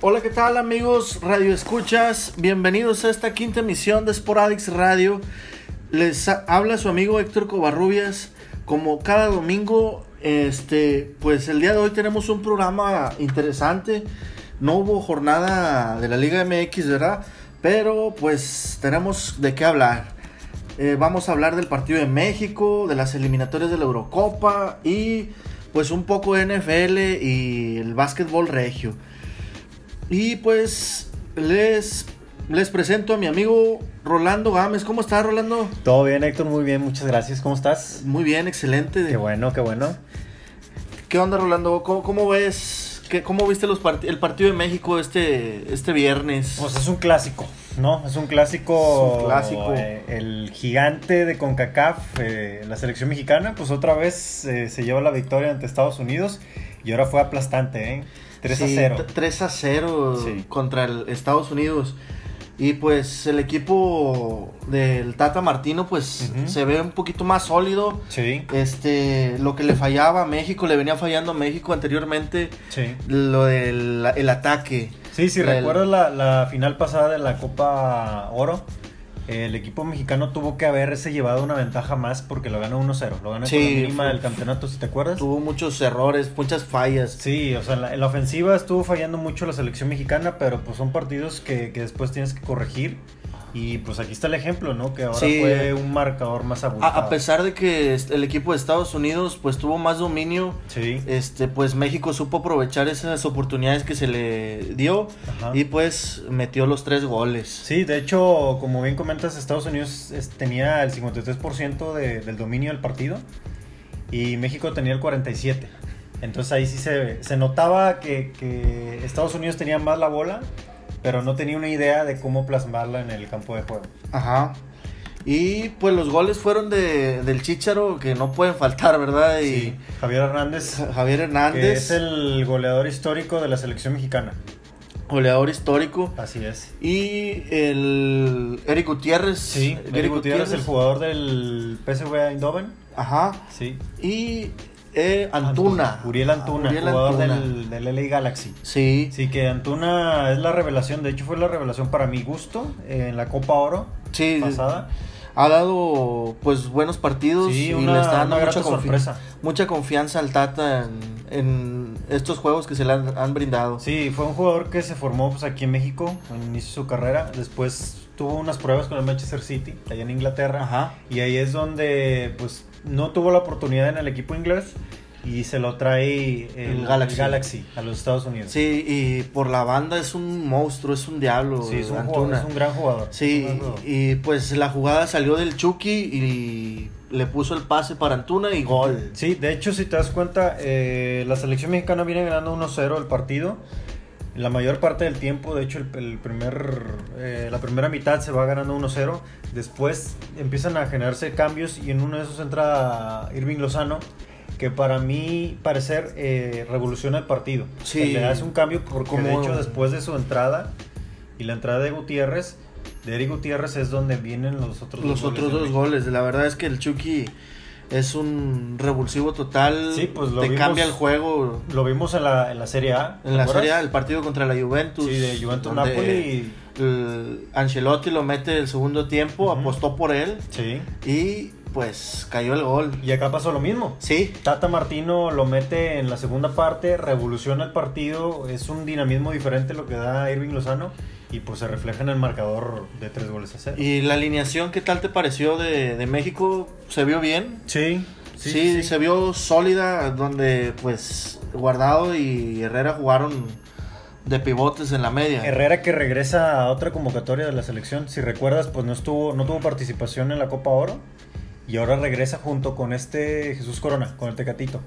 Hola, ¿qué tal amigos Radio Escuchas? Bienvenidos a esta quinta emisión de Sporadix Radio. Les ha- habla su amigo Héctor Covarrubias. Como cada domingo, este, pues el día de hoy tenemos un programa interesante. No hubo jornada de la Liga MX, ¿verdad? Pero pues tenemos de qué hablar. Eh, vamos a hablar del partido de México, de las eliminatorias de la Eurocopa y pues un poco de NFL y el básquetbol regio. Y pues les, les presento a mi amigo Rolando Gámez. ¿Cómo estás, Rolando? Todo bien, Héctor, muy bien, muchas gracias. ¿Cómo estás? Muy bien, excelente. Qué bueno, qué bueno. ¿Qué onda, Rolando? ¿Cómo, cómo ves? ¿Qué, ¿Cómo viste los part- el partido de México este, este viernes? Pues es un clásico, ¿no? Es un clásico. Es un clásico. eh, el gigante de CONCACAF, eh, la selección mexicana, pues otra vez eh, se llevó la victoria ante Estados Unidos y ahora fue aplastante, ¿eh? 3 a Sí, 0. t- 3 a 0 Sí. contra el Estados Unidos. Y pues el equipo del Tata Martino pues Ujú. se ve un poquito más sólido. Sí, Este, lo que le fallaba a México, le venía fallando a México anteriormente, sí. lo del el ataque. Sí, si El- recuerdas la, la final pasada de la Copa Oro, el equipo mexicano tuvo que haberse llevado una ventaja más porque lo ganó 1-0. Lo ganó Sí, con la mínima fue- del campeonato, si te acuerdas. Tuvo muchos errores, muchas fallas. Sí, o sea, en la, en la ofensiva estuvo fallando mucho la selección mexicana, pero pues son partidos que, que después tienes que corregir. Y pues aquí está el ejemplo, ¿no? Que ahora Sí. fue un marcador más A, abultado. a pesar de que est- el equipo de Estados Unidos pues tuvo más dominio, Sí. este pues México supo aprovechar esas oportunidades que se le dio Ajá. y pues metió los tres goles. Sí, de hecho, como bien comentas, Estados Unidos es- tenía el 53% de- del dominio del partido y México tenía el 47%. Entonces ahí sí se, se notaba que, que Estados Unidos tenía más la bola, pero no tenía una idea de cómo plasmarla en el campo de juego. Ajá. Y pues los goles fueron de, del Chicharo que no pueden faltar, ¿verdad? Y Sí, Javier Hernández Ja- Javier Que Hernández, es el goleador histórico de la selección mexicana. goleador histórico. Así es. Y el Eric Gutiérrez. Sí, Eric Eh, Gutiérrez, el jugador del PSV Eindhoven. Ajá. Sí. Ah, Y eh, Antuna. Uriel Antuna, Uriel jugador Antuna. Del, del LA Galaxy. Sí. Sí, que Antuna es la revelación, de hecho fue la revelación para mi gusto eh, en la Copa Oro Sí, pasada. ha dado pues buenos partidos Sí, y le una, está dando una mucha, grata confi- sorpresa. mucha confianza al Tata en, en estos juegos que se le han, han brindado. Sí, fue un jugador que se formó pues, aquí en México, al inicio de su carrera. Después tuvo unas pruebas con el Manchester City, allá en Inglaterra. Ajá. Y ahí es donde pues no tuvo la oportunidad en el equipo inglés y se lo trae el, El Galaxy. el a los Estados Unidos. Sí, y por la banda es un monstruo, es un diablo. Sí, es un, jugador, Antuna. es un gran jugador. Sí, Es un gran jugador. y pues la jugada salió del Chucky y le puso el pase para Antuna y gol. Sí, de hecho, si te das cuenta, eh, la selección mexicana viene ganando 1-0 el partido. La mayor parte del tiempo, de hecho, el, el primer, eh, la primera mitad se va ganando 1-0. Después empiezan a generarse cambios y en uno de esos entra Irving Lozano, que para mí parecer eh, revoluciona el partido. Sí. O sea, Le hace un cambio porque, de Como- hecho, después de su entrada y la entrada de Gutiérrez, de Eric Gutiérrez es donde vienen los otros dos Los goles otros de dos México. goles, la verdad es que el Chucky es un revulsivo total. Sí, pues, lo te vimos- cambia el juego. Lo vimos en la, en la Serie A. ¿te En la acuerdas? serie, A, el partido contra la Juventus. Sí, de Juventus donde Napoli. el Ancelotti lo mete el segundo tiempo, Ujú. apostó por él Sí. y pues cayó el gol. Y acá pasó lo mismo. Sí, Tata Martino lo mete en la segunda parte, revoluciona el partido, es un dinamismo diferente lo que da Irving Lozano y pues se refleja en el marcador de tres goles a cero. y la alineación, ¿qué tal te pareció de, de México? ¿Se vio bien? Sí, Sí, se vio sólida, donde pues Guardado y Herrera jugaron de pivotes en la media. Herrera que regresa a otra convocatoria de la selección, si recuerdas, pues no estuvo, no tuvo participación en la Copa Oro y ahora regresa junto con este Jesús Corona, con el Tecatito.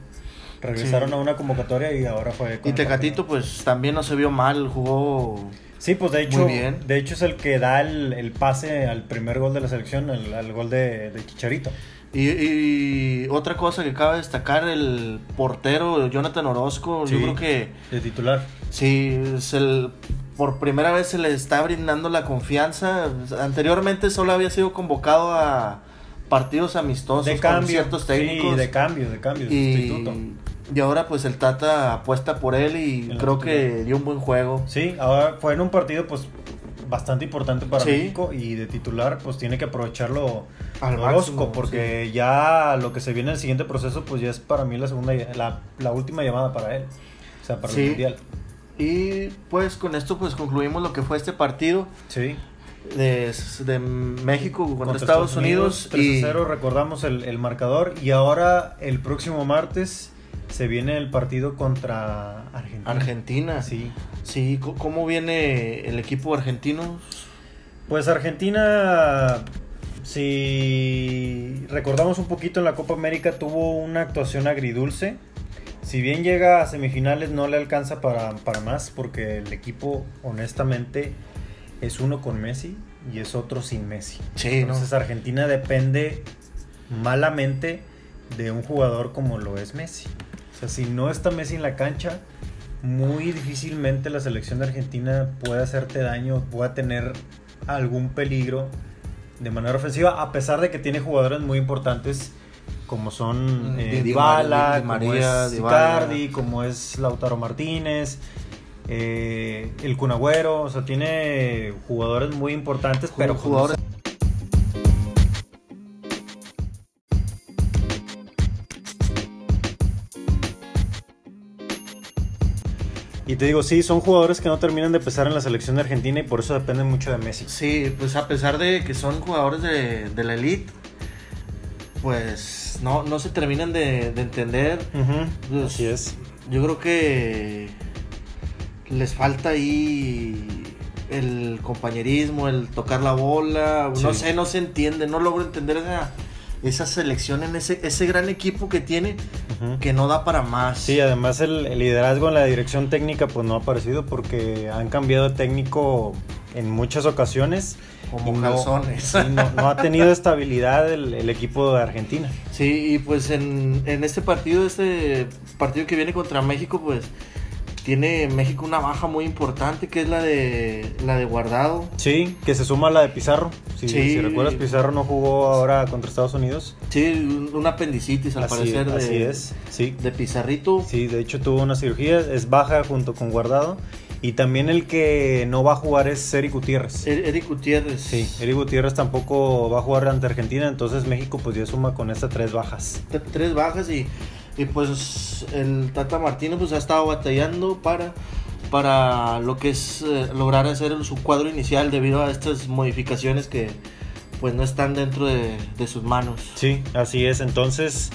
Regresaron Sí. a una convocatoria y ahora fue con y el Tecatito partido. pues también no se vio mal, jugó... Sí, pues de hecho, Muy bien. de hecho es el que da el, el pase al primer gol de la selección, al, al gol de, de Chicharito. Y, y otra cosa que cabe destacar, el portero Jonathan Orozco, yo Sí. creo que De titular. sí, es el- por primera vez se le está brindando la confianza. Anteriormente solo había sido convocado a partidos amistosos De con cambio. ciertos técnicos. Sí, de cambio, de cambio, de y sustituto. Y ahora pues el Tata apuesta por él y En la creo que titular. dio un buen juego. Sí, ahora fue en un partido pues bastante importante para Sí. México y de titular pues tiene que aprovecharlo Al Orozco máximo, porque ya lo que se viene en el siguiente proceso pues ya es para mí la segunda la, la última llamada para él, o sea, para Sí. el mundial. Y pues con esto pues concluimos lo que fue este partido Sí. de, de México contra, Contra Estados Unidos. 3 y- 0 recordamos el, el marcador y ahora el próximo martes se viene el partido contra Argentina. Argentina. Sí. Sí. co- ¿Cómo viene el equipo argentino? Pues Argentina, si recordamos un poquito en la Copa América, tuvo una actuación agridulce. Si bien llega a semifinales, no le alcanza para, para más, porque el equipo, honestamente, es uno con Messi y es otro sin Messi. Sí, ¿no? Entonces Argentina depende malamente de un jugador como lo es Messi. O sea, si no está Messi en la cancha, muy difícilmente la selección de Argentina puede hacerte daño, pueda tener algún peligro de manera ofensiva, a pesar de que tiene jugadores muy importantes como son Mm, eh, Di- Di Dybala, Mar- Di como María, es Dybala. Icardi, como es Lautaro Martínez, eh, el Cunagüero, o sea, tiene jugadores muy importantes, pero pues, no jugadores Y te digo, sí, son jugadores que no terminan de pesar en la selección de Argentina y por eso dependen mucho de Messi. Sí, pues a pesar de que son jugadores de, de la elite, pues no, no se terminan de, de entender. Pues, Así es. Yo creo que les falta ahí el compañerismo, el tocar la bola. No Sí. sé, no se entiende, no logro entender esa, esa selección en ese, ese gran equipo que tiene Ujú. que no da para más. Sí, además el, el liderazgo en la dirección técnica pues no ha aparecido porque han cambiado de técnico en muchas ocasiones. Como y no- calzones. sí, no, no ha tenido estabilidad el, el equipo de Argentina. Sí, y pues en, en este partido, este partido que viene contra México, pues tiene México una baja muy importante que es la de la de Guardado. Sí, que se suma a la de Pizarro. Si, Sí. si recuerdas, Pizarro no jugó ahora contra Estados Unidos. Sí, un, una apendicitis al así, parecer de, así es, sí. de Pizarrito. Sí, de hecho tuvo una cirugía, es baja junto con Guardado. Y también el que no va a jugar es Eric Gutiérrez. E- Eric Gutiérrez. Sí, Eric Gutiérrez tampoco va a jugar ante Argentina, entonces México pues ya suma con estas tres bajas. T- Tres bajas y, y pues el Tata Martino pues ha estado batallando para para lo que es eh, lograr hacer su cuadro inicial debido a estas modificaciones que pues no están dentro de, de sus manos. Sí, así es, entonces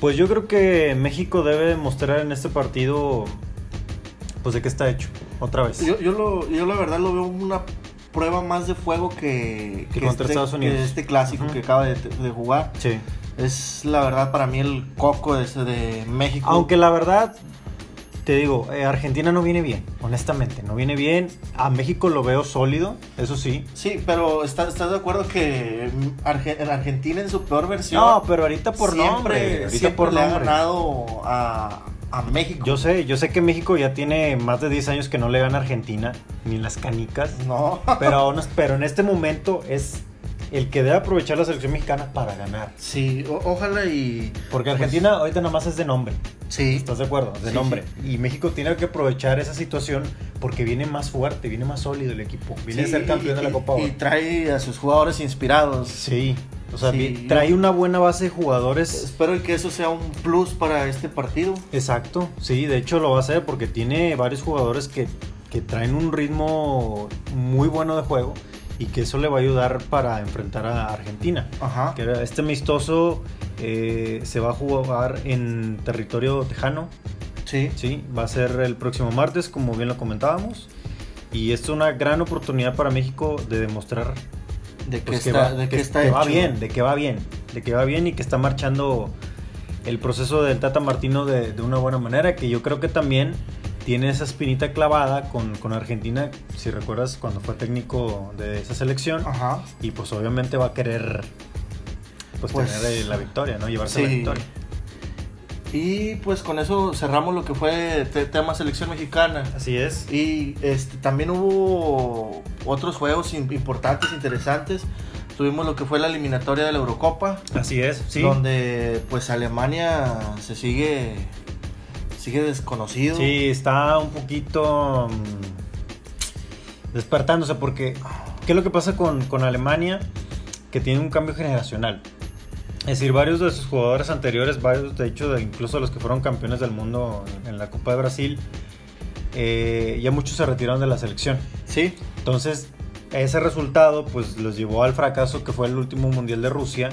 pues yo creo que México debe demostrar en este partido pues de qué está hecho, otra vez. Yo, yo, lo, yo la verdad lo veo una prueba más de fuego que, Que este, contra Estados Unidos. que este clásico Ujú. que acaba de, de jugar. Sí. Es la verdad para mí el coco de, ese de México. Aunque la verdad, te digo, eh, Argentina no viene bien, honestamente, no viene bien. A México lo veo sólido, eso sí. Sí, pero está- ¿estás de acuerdo que mm, Arge- en Argentina en su peor versión No, pero ahorita por siempre, nombre. Ahorita siempre por le ha nombre. ganado a, a México? Yo sé, yo sé que México ya tiene más de 10 años que no le gana a Argentina, ni en las canicas. No. Pero, aún, pero en este momento es el que debe aprovechar la selección mexicana para ganar. Sí, o- ojalá y... Porque Argentina ahorita nada más es de nombre. Sí, ¿Estás de acuerdo? De Sí, nombre. Y México tiene que aprovechar esa situación porque viene más fuerte, viene más sólido el equipo. Viene sí, a ser campeón de y- la Copa Y Oro. trae a sus jugadores inspirados. Sí. O sea, Sí, vi- yo- trae una buena base de jugadores. Espero que eso sea un plus para este partido. Exacto, sí, de hecho lo va a hacer porque tiene varios jugadores que, que traen un ritmo muy bueno de juego y que eso le va a ayudar para enfrentar a Argentina. Ajá. Que era- Este amistoso eh, se va a jugar en territorio tejano, Sí. sí, va a ser el próximo martes, como bien lo comentábamos. Y esto es una gran oportunidad para México de demostrar De que, pues, que está, va- de que, que- está que va hecho. bien, de que va bien, de que va bien y que está marchando el proceso del Tata Martino de, de una buena manera, que yo creo que también tiene esa espinita clavada con, con Argentina, si recuerdas cuando fue técnico de esa selección, Ajá. y pues obviamente va a querer pues, Pues, tener eh, la victoria, ¿no? Llevarse la sí. victoria. Y pues con eso cerramos lo que fue te- tema selección mexicana. Así es. Y este, también hubo otros juegos im- importantes, interesantes. Tuvimos lo que fue la eliminatoria de la Eurocopa, Así es, sí. donde pues Alemania se sigue Sigue desconocido. Sí, está un poquito mm, despertándose porque ¿qué es lo que pasa con, con Alemania? Que tiene un cambio generacional. Es decir, varios de sus jugadores anteriores, varios de hecho, de incluso los que fueron campeones del mundo en la Copa de Brasil, eh, ya muchos se retiraron de la selección. Sí. Entonces, ese resultado pues los llevó al fracaso que fue el último Mundial de Rusia.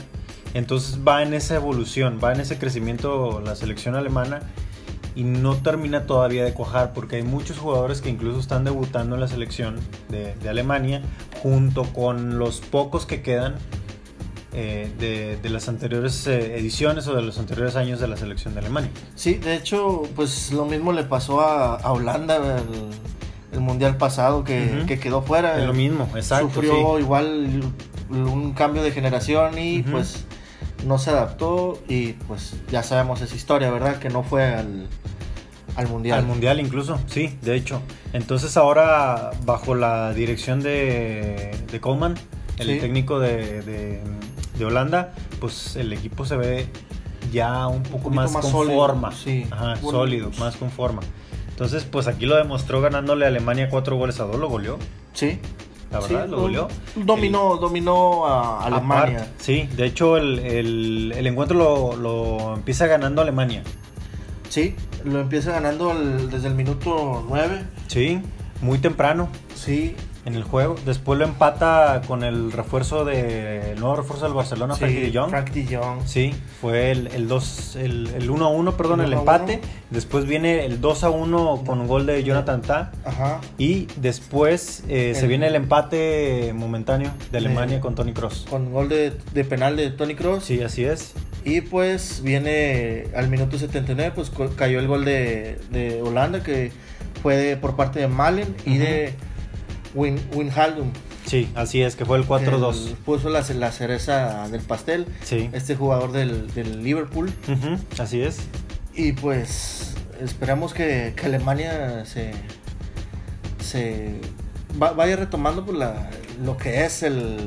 Entonces va en esa evolución, va en ese crecimiento la selección alemana y no termina todavía de cuajar porque hay muchos jugadores que incluso están debutando en la selección de, de Alemania junto con los pocos que quedan eh, de, de, las anteriores eh, ediciones o de los anteriores años de la selección de Alemania. Sí, de hecho, pues lo mismo le pasó a, a Holanda el, el, mundial pasado que, Ujú. que quedó fuera. Es lo mismo, exacto. Sufrió sí. igual un cambio de generación y Ujú. pues no se adaptó y pues ya sabemos esa historia, ¿verdad? Que no fue al, al mundial. Al mundial incluso, sí, de hecho. Entonces ahora bajo la dirección de, de Coleman, el Sí. técnico de, de- de Holanda, pues el equipo se ve ya un poco poquito más, más con sólido, forma. sí. Ajá, Bueno, sólido, pues- más con forma. Entonces, pues aquí lo demostró ganándole a Alemania cuatro goles a dos, lo goleó, Sí. la Sí, verdad, lo do- goleó. Dominó, dominó a Alemania. Aparte, sí, de hecho el, el- el encuentro lo, lo empieza ganando Alemania. Sí, lo empieza ganando el- desde el minuto 9. Sí, muy temprano. Sí, en el juego. Después lo empata con el refuerzo de el nuevo refuerzo del Barcelona, sí, Frankie de Jong. Frank de Jong. Sí, fue el el 2 el, el 1 1, perdón, El 1-1. el, empate. Después viene el 2 a 1 con un gol de Jonathan Ta Ajá. y después eh, se El- viene el empate momentáneo de Alemania De- con Tony Cross. Con gol de, de penal de Tony Cross. Sí, así es. Y pues viene al minuto 79, pues co- cayó el gol de, de Holanda, que fue de- por parte de Malen y Ujú. de Win, Wijnaldum, Sí, así es que fue el 4-2. que Puso la, ce- la cereza del pastel, Sí. este jugador del, del Liverpool. Ujú, así es. Y pues esperamos que, que Alemania se, se va- vaya retomando pues, la, lo que es el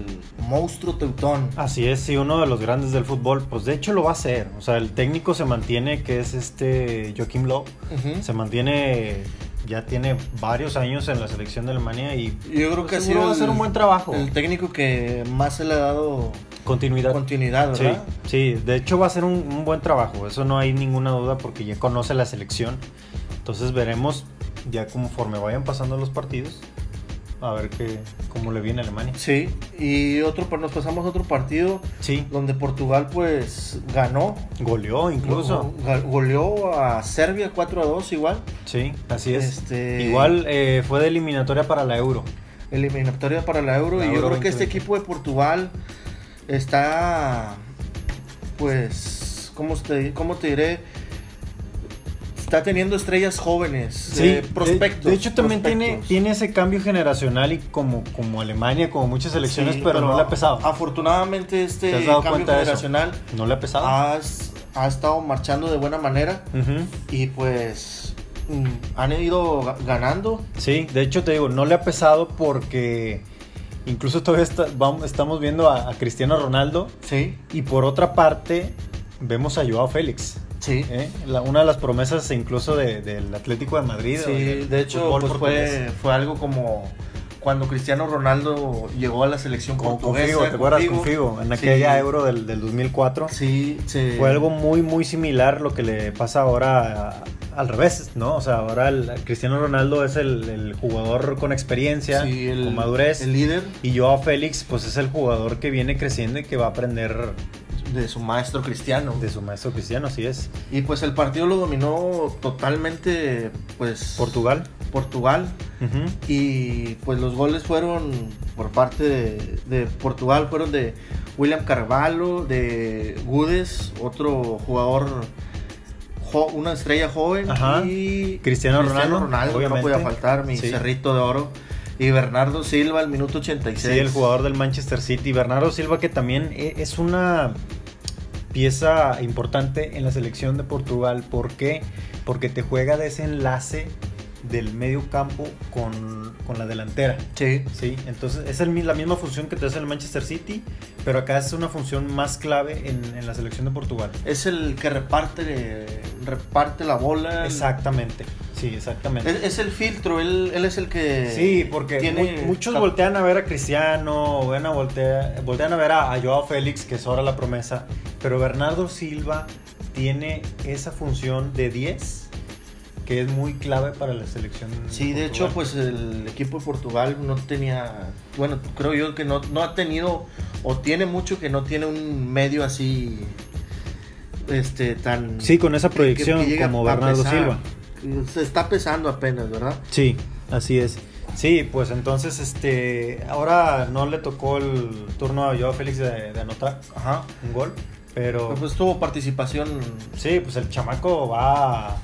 monstruo teutón. Así es, sí, uno de los grandes del fútbol, pues de hecho lo va a hacer. O sea, el técnico se mantiene que es este Joaquim Lowe. Ujú. se mantiene, ya tiene varios años en la selección de Alemania y Yo creo que ha Pues seguro sido va a hacer un buen trabajo. el técnico que más se le ha dado Oh. Continuidad. continuidad, Sí, ¿verdad? sí, de hecho va a ser un, un buen trabajo, eso no hay ninguna duda porque ya conoce la selección. Entonces veremos ya conforme vayan pasando los partidos, a ver qué, cómo le viene a Alemania. Sí. Y otro pa- nos pasamos a otro partido Sí, donde Portugal pues ganó. goleó incluso. Go- go- Goleó a Serbia 4 a 2 igual. Sí, así es. Este- Igual eh, fue de eliminatoria para la Euro. eliminatoria para la Euro La y yo Euro creo que este 2020. equipo de Portugal está pues cómo te cómo te diré está teniendo estrellas jóvenes eh, de- prospectos De, hecho, también tiene, prospectos. tiene ese cambio generacional y como, como Alemania, como muchas selecciones, Sí, pero, no le ha pesado. afortunadamente ¿Te este has dado cambio cuenta de eso? ¿Ah? generacional No le ha pesado. Ah. has- ha estado marchando de buena manera Ujú. y pues mm, han ido ga- ganando Sí, de hecho te digo, no le ha pesado porque incluso todavía está- vamos- estamos viendo a, a Cristiano Ronaldo sí y por otra parte vemos a Joao Félix. sí ¿eh? La- una de las promesas incluso de- del Atlético de Madrid. o Sí, del de hecho fútbol pues, portugués. fue, fue algo como cuando Cristiano Ronaldo llegó a la selección Con, con portuguesa. Figo, ¿te acuerdas? Con Figo. Figo, en Sí. aquella Euro del, del 2004. Sí, sí. Fue algo muy, muy similar lo que le pasa ahora a- al revés, ¿no? O sea, ahora el- Cristiano Ronaldo es el, el jugador con experiencia, Sí, con madurez. El líder y Joao Félix, pues es el jugador que viene creciendo y que va a aprender de su maestro Cristiano. de su maestro cristiano, así es. Y pues el partido lo dominó totalmente, pues. Portugal. Portugal. Ujú. Y pues los goles fueron por parte de, de Portugal, fueron de William Carvalho, de Gudes, otro jugador, jo- una estrella joven, Ajá. y Cristiano Ronaldo, no obviamente. podía faltar, mi Sí. cerrito de oro, y Bernardo Silva al minuto 86. Sí, el jugador del Manchester City, Bernardo Silva, que también e- es una pieza importante en la selección de Portugal. ¿Por qué? Porque te juega de ese enlace del medio campo con, con la delantera. Sí. Sí, entonces es el mi- la misma función que te hace el Manchester City, pero acá es una función más clave en, en la selección de Portugal. Es el que reparte, eh, reparte la bola. Exactamente, sí, exactamente. Es, eh, es el filtro, él, él es el que. Sí, porque mu- muchos cap- voltean a ver a Cristiano, ven a voltea- voltean a ver a, a Joao Félix, que es ahora la promesa, pero Bernardo Silva tiene esa función de 10 que es muy clave para la selección. Sí, de hecho, Portugal. pues el equipo de Portugal no tenía. Bueno, creo yo que no, no ha tenido. O tiene mucho que no tiene un medio así. Este, tan. Sí, con esa que- proyección que llega como a Bernardo pesar. Silva. Se está pesando apenas, ¿verdad? Sí, así es. Sí, pues entonces este ahora no le tocó el turno a Joao Félix de, de anotar Ajá. un gol, pero Pero pues tuvo participación. sí, pues el chamaco va a,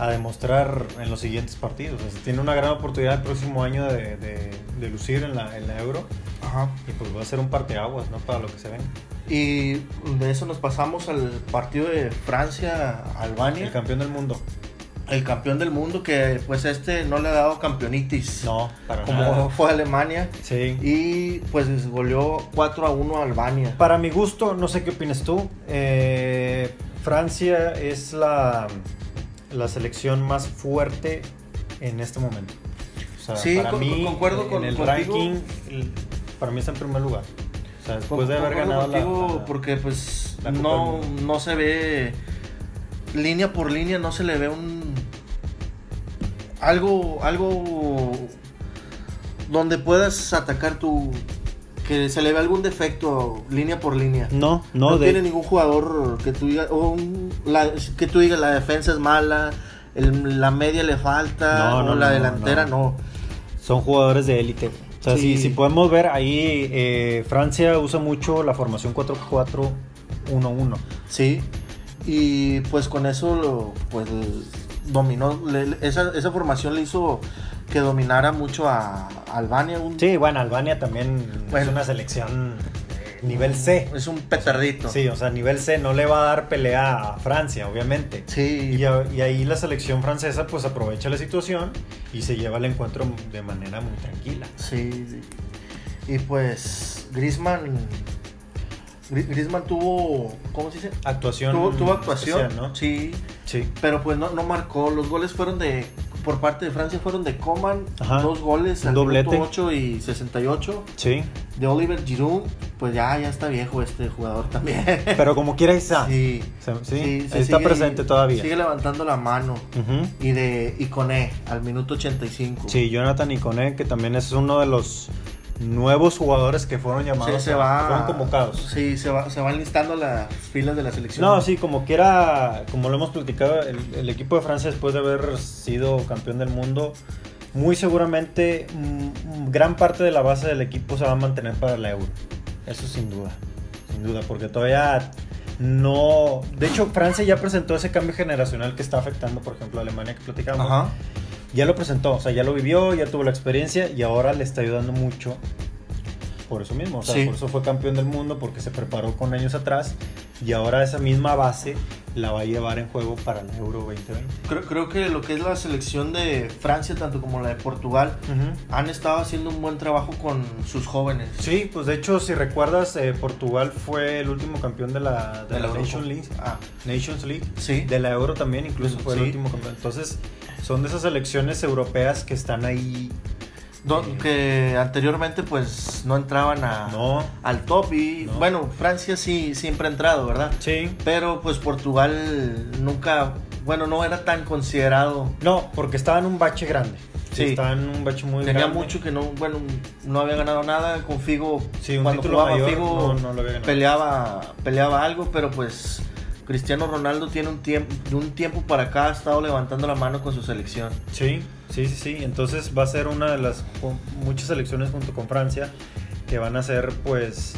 a demostrar en los siguientes partidos. O sea, tiene una gran oportunidad el próximo año de, de- de lucir en la, en la Euro Ajá. y pues va a ser un parteaguas, ¿no? Para lo que se ven. Y de eso nos pasamos al partido de Francia-Albania. El campeón del mundo. el campeón del mundo que pues este no le ha dado campeonitis No, para como nada. fue Alemania Sí. y pues goleó 4 a 1 a Albania Para mi gusto, no sé qué opinas tú, eh, Francia es la, la selección más fuerte en este momento. O sea, Sí, para con- mí, concuerdo en con- el contigo. ranking, el- para mí está en primer lugar. O sea, después Con- de haber concuerdo ganado la- contigo, la- porque pues la Copa del no Mundo. no se ve línea por línea no se le ve un algo algo donde puedas atacar tu que se le ve algún defecto línea por línea No, No, Mm, no, de- tiene ningún jugador que tú digas, o un- la, que tú digas la defensa es mala, el- la media le falta, No, o no, la no, delantera no. son jugadores de élite. O sea, Sí. si, si podemos ver ahí, eh, Francia usa mucho la formación 4-4-1-1. Sí. Y pues con eso lo- pues dominó, le- le- esa, esa formación le hizo que dominara mucho a Albania. Un, Sí, bueno, Albania también es Bueno. una selección eh, nivel C. Es un petardito. Sí, o sea, nivel C no le va a dar pelea a Francia, obviamente. Sí. Y, a- y ahí la selección francesa pues aprovecha la situación y se lleva el encuentro de manera muy tranquila. Sí. Y pues Griezmann Gri- Griezmann tuvo, ¿cómo se dice? Actuación. Tuvo, tuvo actuación, especial, ¿no? Sí. Sí. Pero pues no, no marcó. Los goles fueron de. Por parte de Francia fueron de Coman. Ajá. Dos goles. Un Al minuto doblete. 8 y 68. Sí. De Oliver Giroud. Pues ya, ya está viejo este jugador también. Pero como quiera ahí está. sí. Se- sí, Sí, se ahí está sigue- presente todavía. Sigue levantando la mano. Ujú. Y de y Koné, al minuto 85. Sí, Jonathan Iconé, que también es uno de los nuevos jugadores que fueron llamados. Se, se a- va. Fueron convocados. Sí, se, va, se van listando las filas de la selección. No, sí, como quiera, como lo hemos platicado, el, el equipo de Francia después de haber sido campeón del mundo, muy seguramente mm, mm, gran parte de la base del equipo se va a mantener para la Euro. Eso sin duda, sin duda, porque todavía no... De hecho, Francia ya presentó ese cambio generacional que está afectando, por ejemplo, a Alemania que platicamos. Ajá. Ya lo presentó, o sea, ya lo vivió, ya tuvo la experiencia y ahora le está ayudando mucho por eso mismo. O sea, Sí. por eso fue campeón del mundo, porque se preparó con años atrás y ahora esa misma base la va a llevar en juego para el Euro 2020. Creo, creo que lo que es la selección de Francia, tanto como la de Portugal, han estado haciendo un buen trabajo con sus jóvenes. Sí, pues de hecho, si recuerdas, eh, Portugal fue el último campeón de la, de De la la Nation Europa. League- Ah. Nations League. Sí. De la Euro también, incluso fue Sí. el último campeón. Entonces, son de esas elecciones europeas que están ahí. Do- que anteriormente pues no entraban a, No. al top y No. bueno, Francia sí siempre ha entrado, ¿verdad? Sí. Pero pues Portugal nunca, bueno, no era tan considerado. No, porque estaba en un bache grande. Sí. Estaba en un bache muy Tenía grande. mucho que no, bueno, no había ganado nada con Figo. Sí, un cuando título jugaba mayor, Figo no- no lo había ganado. peleaba, peleaba algo, pero pues Cristiano Ronaldo tiene un tiempo, de un tiempo para acá ha estado levantando la mano con su selección. Sí, sí, sí, sí. Entonces va a ser una de las ju- muchas selecciones junto con Francia que van a ser pues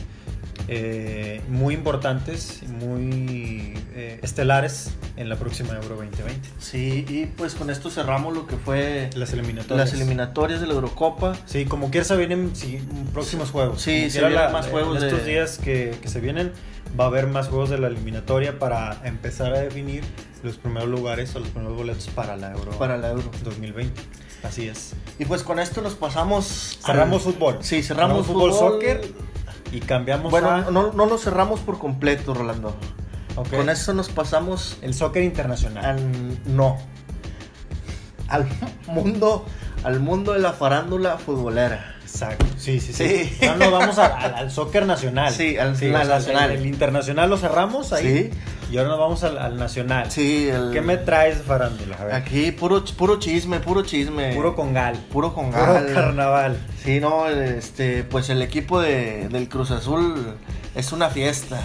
eh, muy importantes, muy eh, estelares en la próxima Euro 2020. Sí, y pues con esto cerramos lo que fue Las eliminatorias. las eliminatorias de la Eurocopa. Sí, como quiera se vienen sí, próximos juegos. Sí, Como se quiera vienen la- más juegos En estos de- días que, que se vienen va a haber más juegos de la eliminatoria para empezar a definir los primeros lugares o los primeros boletos para la Euro Para la Euro. 2020. Así es. Y pues con esto nos pasamos. al- Cerramos fútbol. Ah, Sí, cerramos, fútbol, fútbol. soccer y cambiamos a Bueno, no, no lo cerramos por completo, Rolando. Ok. Con eso Ah. nos pasamos el soccer internacional. al no. Al mundo, al mundo de la farándula futbolera. Exacto. Sí, sí, sí. Sí. No, no, vamos a- al, al soccer nacional. Sí, al o sea, el- nacional. El, internacional lo cerramos ahí. Y ahora nos vamos al, al nacional. Sí, el- ¿Qué me traes, farándula? A ver. aquí puro ch- puro chisme, puro chisme. Puro congal. puro con Puro gal. carnaval. Sí, no, este, pues el equipo de, del Cruz Azul es una fiesta.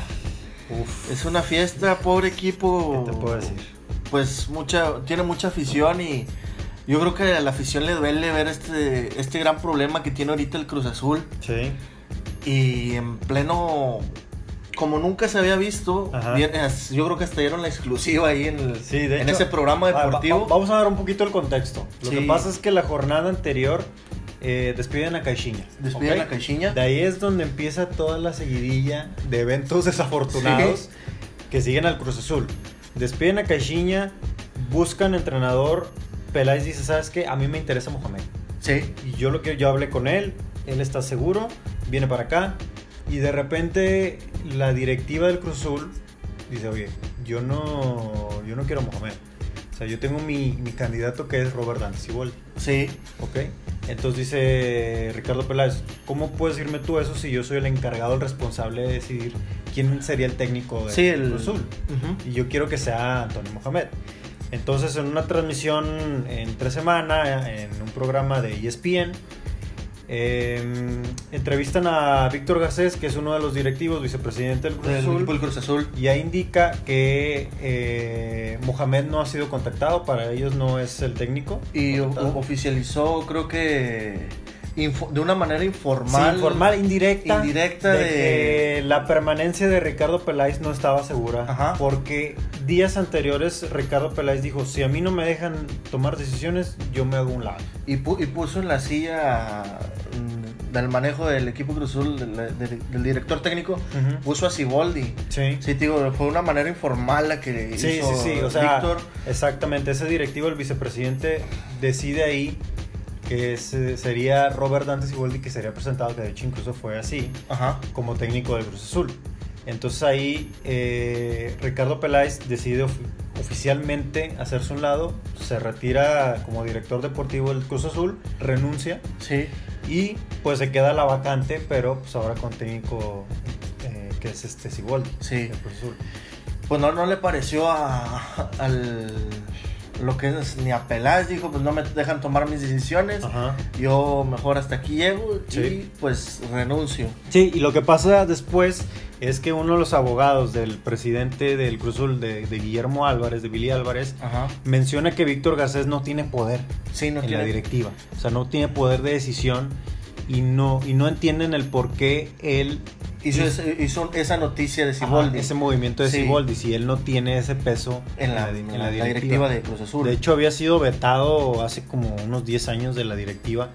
Uf. Es una fiesta, pobre equipo. ¿Qué te puedo decir? Pues mucha, tiene mucha afición y yo creo que a la afición le duele ver este, este gran problema que tiene ahorita el Cruz Azul. Sí. Y en pleno, como nunca se había visto, Ajá. viene- as- yo creo que hasta dieron la exclusiva ahí en, el- Sí, de en hecho- ese programa Ah, va- deportivo. va- vamos a dar un poquito el contexto. Lo Sí. que pasa es que la jornada anterior eh, despiden a Caixinha. Despiden ¿ok? a Caixinha. De ahí es donde empieza toda la seguidilla de eventos desafortunados Sí. que siguen al Cruz Azul. Despiden a Caixinha, buscan entrenador. Peláez dice, ¿sabes qué? A mí me interesa Mohamed. Sí, Y yo lo que yo hablé con él, él está seguro, viene para acá y de repente la directiva del Cruz Azul dice, "Oye, yo no yo no quiero a Mohamed. O sea, yo tengo mi, mi candidato que es Robert Dancibol, sí, ¿ok? Entonces dice Ricardo Peláez, ¿cómo puedes decirme tú eso si yo soy el encargado, el responsable de decidir quién sería el técnico del sí, el Pues, Cruz Azul? Ujú. y yo quiero que sea Antonio Mohamed. Entonces, en una transmisión entre semana, en un programa de E ESPN, eh, entrevistan a Víctor Garcés, que es uno de los directivos, vicepresidente del Cruz El Azul, equipo del Cruz Azul. y ahí indica que eh, Mohamed no ha sido contactado, para ellos no es el técnico. Y o- contactado. o- oficializó, creo que info- de una manera Sí, informal. formal, indirecta, indirecta de, de- que la permanencia de Ricardo Peláez no estaba segura. Ajá. Porque días anteriores Ricardo Peláez dijo, si a mí no me dejan tomar decisiones, yo me hago un lado. Y, pu- y puso en la silla mm, del manejo del equipo Cruz Azul, del, del- del director técnico, puso a Siboldi. Sí. Sí, te digo, fue una manera informal la que Sí, hizo sí, sí, o sea, Víctor. exactamente, ese directivo, el vicepresidente, decide ahí que ese sería Robert Dantes Iboldi que sería presentado, que de hecho incluso fue así, Ajá. como técnico del Cruz Azul. Entonces ahí eh, Ricardo Peláez decide of- oficialmente hacerse un lado, se retira como director deportivo del Cruz Azul, renuncia Sí. y pues se queda la vacante, pero pues ahora con técnico eh, que es este Siboldi Sí. del Cruz Azul. Pues no, no le pareció a, al lo que es ni a Peláez, dijo, pues no me dejan tomar mis decisiones. Ajá. Yo mejor hasta aquí llego Sí. y pues renuncio. Sí, y lo que pasa después es que uno de los abogados del presidente del Cruz Azul, de, de Guillermo Álvarez, de Billy Álvarez, Ajá. menciona que Víctor Garcés no tiene poder. Sí, no en la tiene- directiva. O sea, no tiene poder de decisión y no, y no entienden el por qué él hizo, ese- hizo esa noticia de Ajá, Siboldi ese movimiento de Sí. Siboldi, si él no tiene ese peso en la, di- en en la directiva. de Cruz Azul. De hecho, había sido vetado hace como unos 10 años de la directiva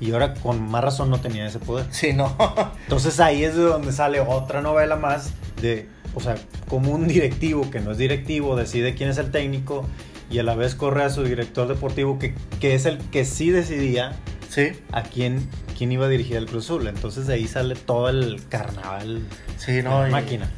y ahora con más razón no tenía ese poder. sí, no. Entonces ahí es de donde sale otra novela más de, o sea, como un directivo que no es directivo decide quién es el técnico y a la vez corre a su director deportivo que, que es el que sí decidía sí, a quién, quién iba a dirigir el Cruz Azul. Entonces de ahí sale todo el carnaval sí, de no. la y máquina.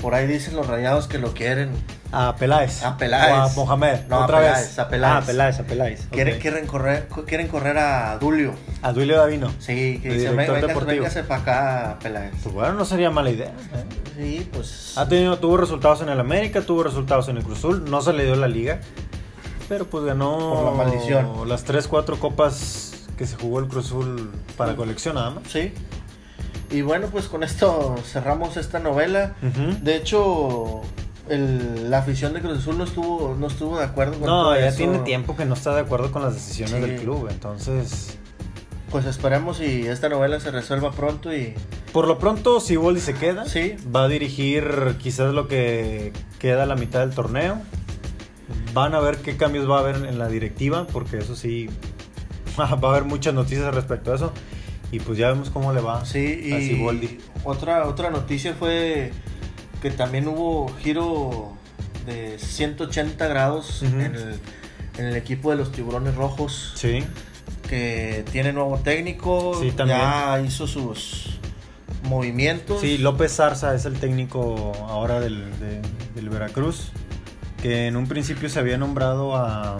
Por ahí dicen los rayados que lo quieren. A Peláez. A Peláez. O a Mohamed. No, a otra Peláez, vez. a Peláez. Ah, a Peláez, a Peláez. Quieren, Ok. quieren, correr, cu- quieren correr a Dulio. A Duilio Davino. Sí, que El dice, "Ven- director véngase, deportivo". véngase para acá, Peláez. Pues bueno, no sería mala idea. ¿eh? Sí, pues. Ha tenido, tuvo resultados en el América, tuvo resultados en el Cruz Azul, no se le dio la liga, pero pues ganó Por la maldición. las 3, 4 copas que se jugó el Cruz Azul para colección nada más. Sí. Y bueno, pues con esto cerramos esta novela. Ujú. De hecho, el- la afición de Cruz Azul no estuvo, no estuvo de acuerdo con No, todo ya eso. tiene tiempo que no está de acuerdo con las decisiones Sí. del club, entonces Pues esperemos y esta novela se resuelva pronto y Por lo pronto, Siboldi se queda. Sí. Va a dirigir quizás lo que queda a la mitad del torneo. Van a ver qué cambios va a haber en la directiva, porque eso sí, va a haber muchas noticias respecto a eso. Y pues ya vemos cómo le va Sí, a y Siboldi. otra, otra noticia fue que también hubo giro de 180 grados Ujú. en, el, en el equipo de los Tiburones Rojos, Sí, que tiene nuevo técnico, Sí, también. ya hizo sus movimientos. sí, López Zarza es el técnico ahora del, de- del Veracruz, que en un principio se había nombrado a,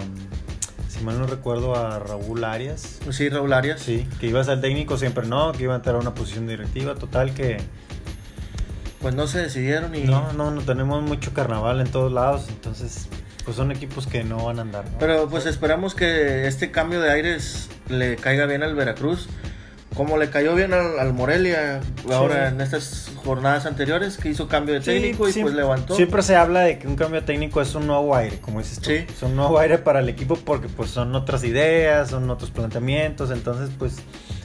si mal no recuerdo, a Raúl Arias. sí, Raúl Arias. Sí, que iba a ser técnico siempre no, que iba a entrar a una posición directiva, total que Pues no se decidieron y... no, no, no tenemos mucho carnaval en todos lados, entonces pues son equipos que no van a andar. ¿no? Pero pues esperamos que este cambio de aires le caiga bien al Veracruz, como le cayó bien al, al Morelia ahora Sí. en estas jornadas anteriores, que hizo cambio de Sí, técnico y siem- pues levantó. Siempre se habla de que un cambio técnico es un nuevo aire, como dices tú. Sí. Es un nuevo aire para el equipo porque pues son otras ideas, son otros planteamientos, entonces pues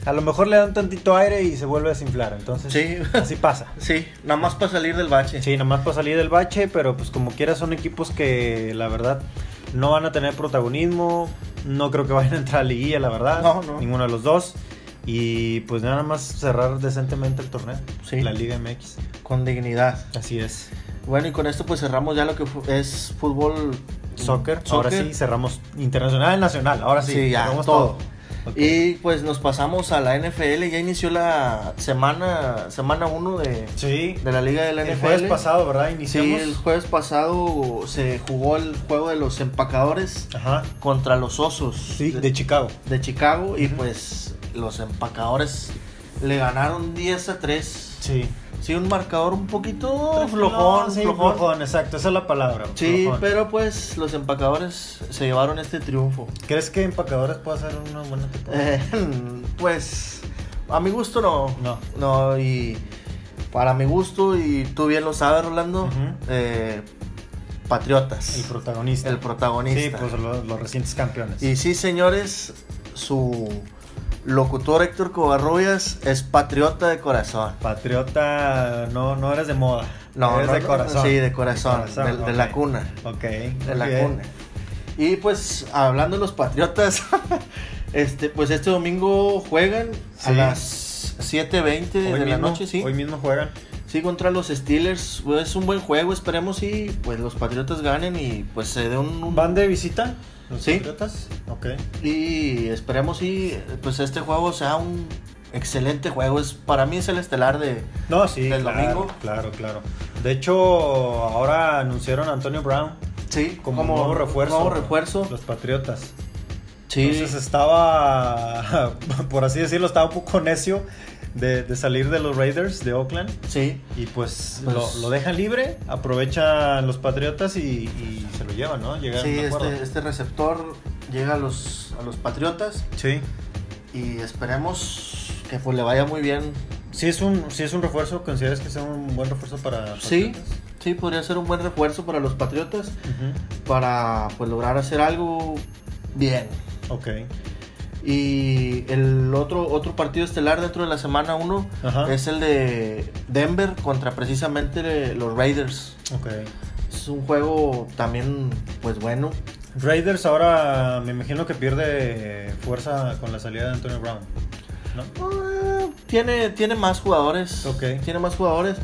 a lo mejor le dan tantito aire y se vuelve a desinflar, entonces Sí. así pasa. Sí, nada más para salir del bache. Sí, nomás para salir del bache, pero pues como quiera son equipos que la verdad no van a tener protagonismo, no creo que vayan a entrar a liguilla, la verdad, No, no. ninguno de los dos. Y pues nada más cerrar decentemente el torneo, Sí. la Liga MX. Con dignidad. Así es. Bueno, y con esto pues cerramos ya lo que fu- es fútbol. Soccer, ahora sí cerramos internacional, nacional, ahora sí, Sí, ya, cerramos todo. todo. Ok. Y pues nos pasamos a la NFL, ya inició la semana semana 1 de, Sí, de la liga de la el NFL. jueves pasado, ¿verdad? Sí, Iniciamos. el jueves pasado se jugó el juego de los empacadores Ajá. contra los osos Sí, de, de Chicago. de Chicago y pues los empacadores le ganaron 10 a 3. Sí. Sí, un marcador un poquito flojón, sí, flojón. flojón, exacto, esa es la palabra. Sí, flojón. pero pues los empacadores se llevaron este triunfo. ¿Crees que empacadores puede hacer una buena temporada? Eh, pues a mi gusto no. No. No, y para mi gusto, y tú bien lo sabes, Rolando, Ujú. eh, Patriotas. El protagonista. El Sí, protagonista. pues lo- los, recientes campeones. Y sí, señores, su locutor Héctor Covarrubias es patriota de corazón. Patriota, no, no eres de moda. No, eres no, de no, corazón. sí, de corazón, de- de la ok. cuna. Ok. de muy la bien. cuna. Y pues hablando de los Patriotas, este pues este domingo juegan a Sí. las 7:20 de Hoy la mismo- noche, sí. Hoy mismo juegan. Sí contra los Steelers, Pues, es un buen juego, esperemos y pues los Patriotas ganen y pues se dé un, un- ¿Van de visita? ¿Los Sí. Patriotas? Ok. y esperemos y pues este juego sea un excelente juego, es para mí es el estelar de No, sí. ¿Del claro, domingo? Claro, claro. De hecho, ahora anunciaron a Antonio Brown sí, como, nuevo refuerzo. nuevo refuerzo. Los Patriotas. Sí. Entonces estaba, por así decirlo, estaba un poco necio de, de salir de los Raiders de Oakland. sí. Y pues, Pues- lo, lo dejan libre, aprovechan los Patriotas y, y se lo llevan, ¿no? Llegaron Sí, a un acuerdo. este, este receptor llega a los a los Patriotas. Sí. y esperemos que pues le vaya muy bien. Sí es, un, sí es un refuerzo, ¿consideras que sea un buen refuerzo para Sí, Patriotas? sí, podría ser un buen refuerzo para los Patriotas Ujú. para pues lograr hacer algo bien. Ok. Y el otro, otro partido estelar dentro de la semana 1 Ajá. es el de Denver contra precisamente los Raiders. Ok. Es un juego también pues bueno. Raiders ahora me imagino que pierde fuerza con la salida de Antonio Brown. ¿No? Ah, Tiene, tiene más jugadores. Ok. Tiene más jugadores.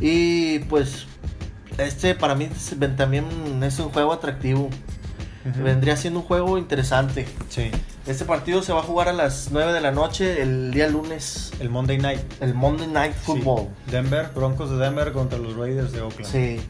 Y pues este para mí es- ven- también es un juego atractivo. Ujú. Vendría siendo un juego interesante. Sí. Este partido se va a jugar a las 9 de la noche el día lunes, El Monday Night. el Monday Night Football. Sí. Denver, Broncos de Denver contra los Raiders de Oakland. Sí.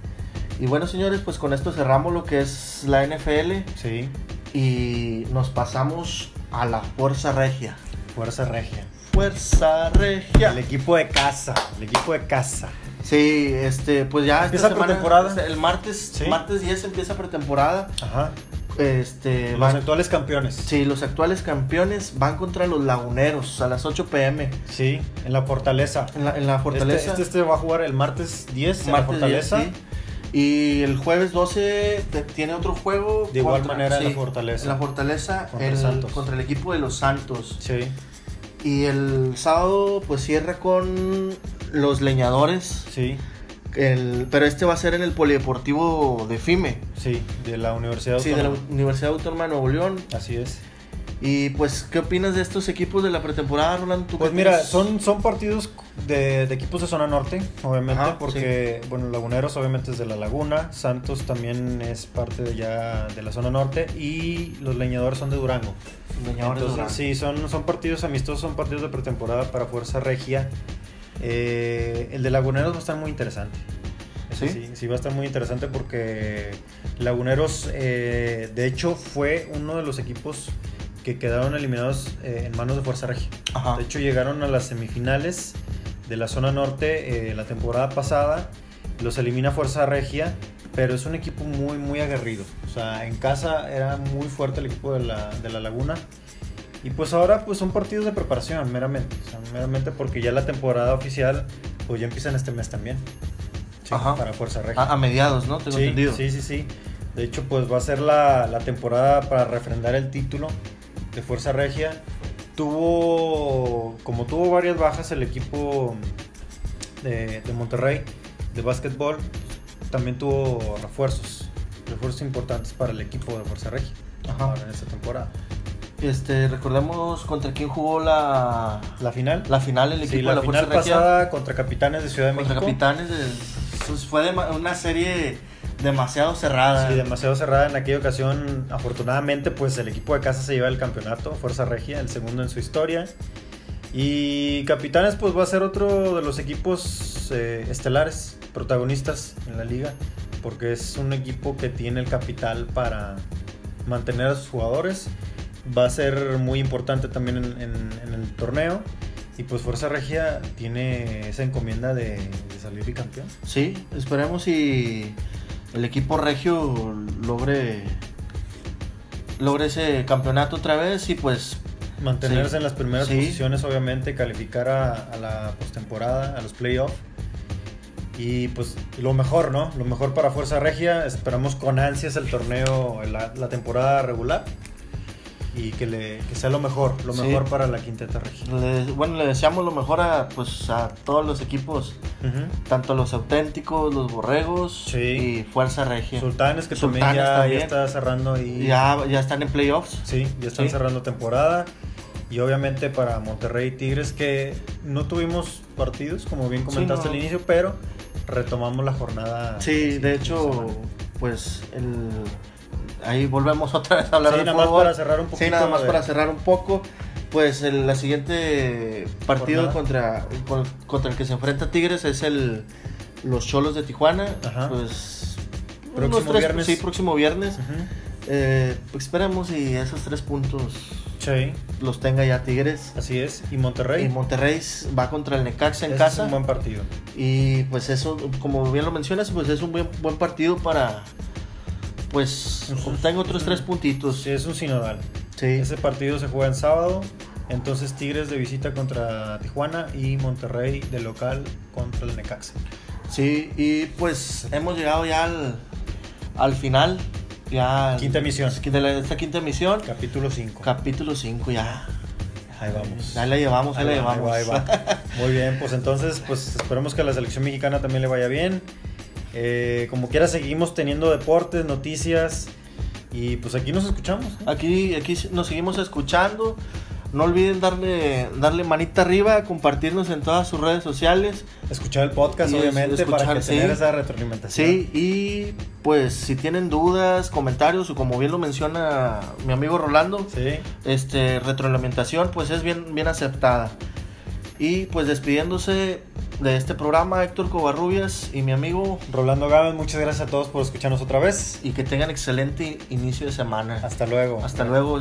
Y bueno, señores, pues con esto cerramos lo que es la NFL Sí. y nos pasamos a la Fuerza Regia. Fuerza Regia. Fuerza Regia. El equipo de casa. El equipo de casa. Sí, este, pues ya Empieza esta semana- pretemporada. este, El martes, Sí. martes 10 empieza pretemporada. Ajá. Este, Los van- actuales campeones. sí, los actuales campeones van contra los Laguneros a las 8 pm Sí, en la Fortaleza. en la, en la Este, Fortaleza. este- este va a jugar el martes 10 en la martes Fortaleza. 10, sí. Y el jueves 12 te- tiene otro juego. De igual manera en la sí, Fortaleza. en la Fortaleza Contra el- Santos. contra el equipo de los Santos. Sí. Y el sábado pues cierra con los leñadores. Sí, El- pero este va a ser en el Polideportivo de FIME. sí, de la Universidad Sí, de la Autónoma. Universidad Autónoma de Nuevo León. Así es. Y pues, ¿qué opinas de estos equipos de la pretemporada, Rolando? ¿Tú Pues qué mira, tienes? son, son partidos de, de equipos de zona norte, obviamente, Ajá, porque, bueno, Laguneros obviamente es de la Laguna, Santos también es parte de ya de la zona norte y los leñadores son de Durango. Leñadores Durango. Entonces, sí, son, son partidos amistosos, son partidos de pretemporada para Fuerza Regia. Eh, el de Laguneros va a estar muy interesante. Ese ¿Sí? ¿Sí? sí, va a estar muy interesante porque Laguneros, eh, de hecho, fue uno de los equipos que quedaron eliminados eh, en manos de Fuerza Regia. Ajá. De hecho, llegaron a las semifinales de la zona norte eh, la temporada pasada. Los elimina Fuerza Regia, pero es un equipo muy, muy aguerrido. O sea, en casa era muy fuerte el equipo de la, de la Laguna. Y pues ahora pues son partidos de preparación, meramente. O sea, meramente porque ya la temporada oficial, pues ya empieza en este mes también. Sí, Ajá. Para Fuerza Regia. A, a mediados, ¿no? Tengo sí, entendido. sí, sí, sí. De hecho, pues va a ser la, la temporada para refrendar el título de Fuerza Regia. Tuvo, como tuvo varias bajas el equipo de, de Monterrey de básquetbol, también tuvo refuerzos, refuerzos importantes para el equipo de Fuerza Regia Ajá. ahora en esta temporada. Este, recordemos contra quién jugó la, La final, la final el equipo sí, la de la final Fuerza Regia pasada contra Capitanes de Ciudad de contra México. Capitanes. de- pues, fue dema- una serie demasiado cerrada. Sí, demasiado cerrada en aquella ocasión. Afortunadamente, pues el equipo de casa se lleva el campeonato, Fuerza Regia, el segundo en su historia. Y Capitanes, pues va a ser otro de los equipos eh, estelares, protagonistas en la liga, porque es un equipo que tiene el capital para mantener a sus jugadores. Va a ser muy importante también en, en- en el torneo. Y pues Fuerza Regia tiene esa encomienda de, de salir y campeón. Sí, esperemos si el equipo regio logre logre ese campeonato otra vez y pues Mantenerse Sí. en las primeras Sí. posiciones, obviamente, calificar a, a la postemporada, a los playoffs. Y pues lo mejor, ¿no? Lo mejor para Fuerza Regia. Esperamos con ansias el torneo, la, la temporada regular. Y que, le, que sea lo mejor, lo Sí. mejor para la Quinteta Regia. le- bueno, le deseamos lo mejor a pues a todos los equipos, Ujú. tanto los auténticos, los borregos Sí. y Fuerza Regia. Sultanes, que Sultanes también, ya, también. ya está cerrando ahí. Ya ya están en playoffs. Sí, ya están Sí. cerrando temporada. Y obviamente para Monterrey y Tigres que no tuvimos partidos, como bien comentaste no. al inicio, pero retomamos la jornada. Sí, de hecho, pues el... ahí volvemos otra vez a hablar Sí, de nada más fútbol. para cerrar un Sí, poquito nada más de- para cerrar un poco. Pues el la siguiente partido contra, con- contra el que se enfrenta Tigres es el los Cholos de Tijuana. Ajá. Pues unos Próximo tres- viernes. Sí, próximo viernes. Ujú. Eh, pues, esperemos y esos tres puntos Sí, los tenga ya Tigres. así es. Y Monterrey. Y Monterrey va contra el Necaxa en ese casa. Es un buen partido. Y pues eso, como bien lo mencionas, pues es un buen, buen partido para, pues, Ujú. obtengo otros tres puntitos. Sí, es un sinodal. Pues, Sí. Ese partido se juega en sábado. Entonces Tigres de visita contra Tijuana y Monterrey de local contra el Necaxa. Sí, y pues hemos llegado ya al, al final. Ya Quinta emisión. De la- esta quinta emisión, Capítulo 5. capítulo 5 ya. Ahí vamos. Ahí la llevamos, ahí, la va, llevamos. ahí va, ahí va. Muy bien, pues entonces, pues esperemos que a la selección mexicana también le vaya bien. Eh, como quiera, seguimos teniendo deportes, noticias. Y pues aquí nos escuchamos. ¿no? Aquí, aquí nos seguimos escuchando. No olviden darle, darle manita arriba, compartirnos en todas sus redes sociales. Escuchar el podcast, Y es- obviamente, para escuchar, que sí. tener esa retroalimentación. Sí, y pues si tienen dudas, comentarios o como bien lo menciona mi amigo Rolando, Sí. este retroalimentación pues es bien, bien aceptada. Y pues despidiéndose de este programa Héctor Covarrubias y mi amigo Rolando Gávez, muchas gracias a todos por escucharnos otra vez. y que tengan excelente inicio de semana. Hasta luego. Hasta luego.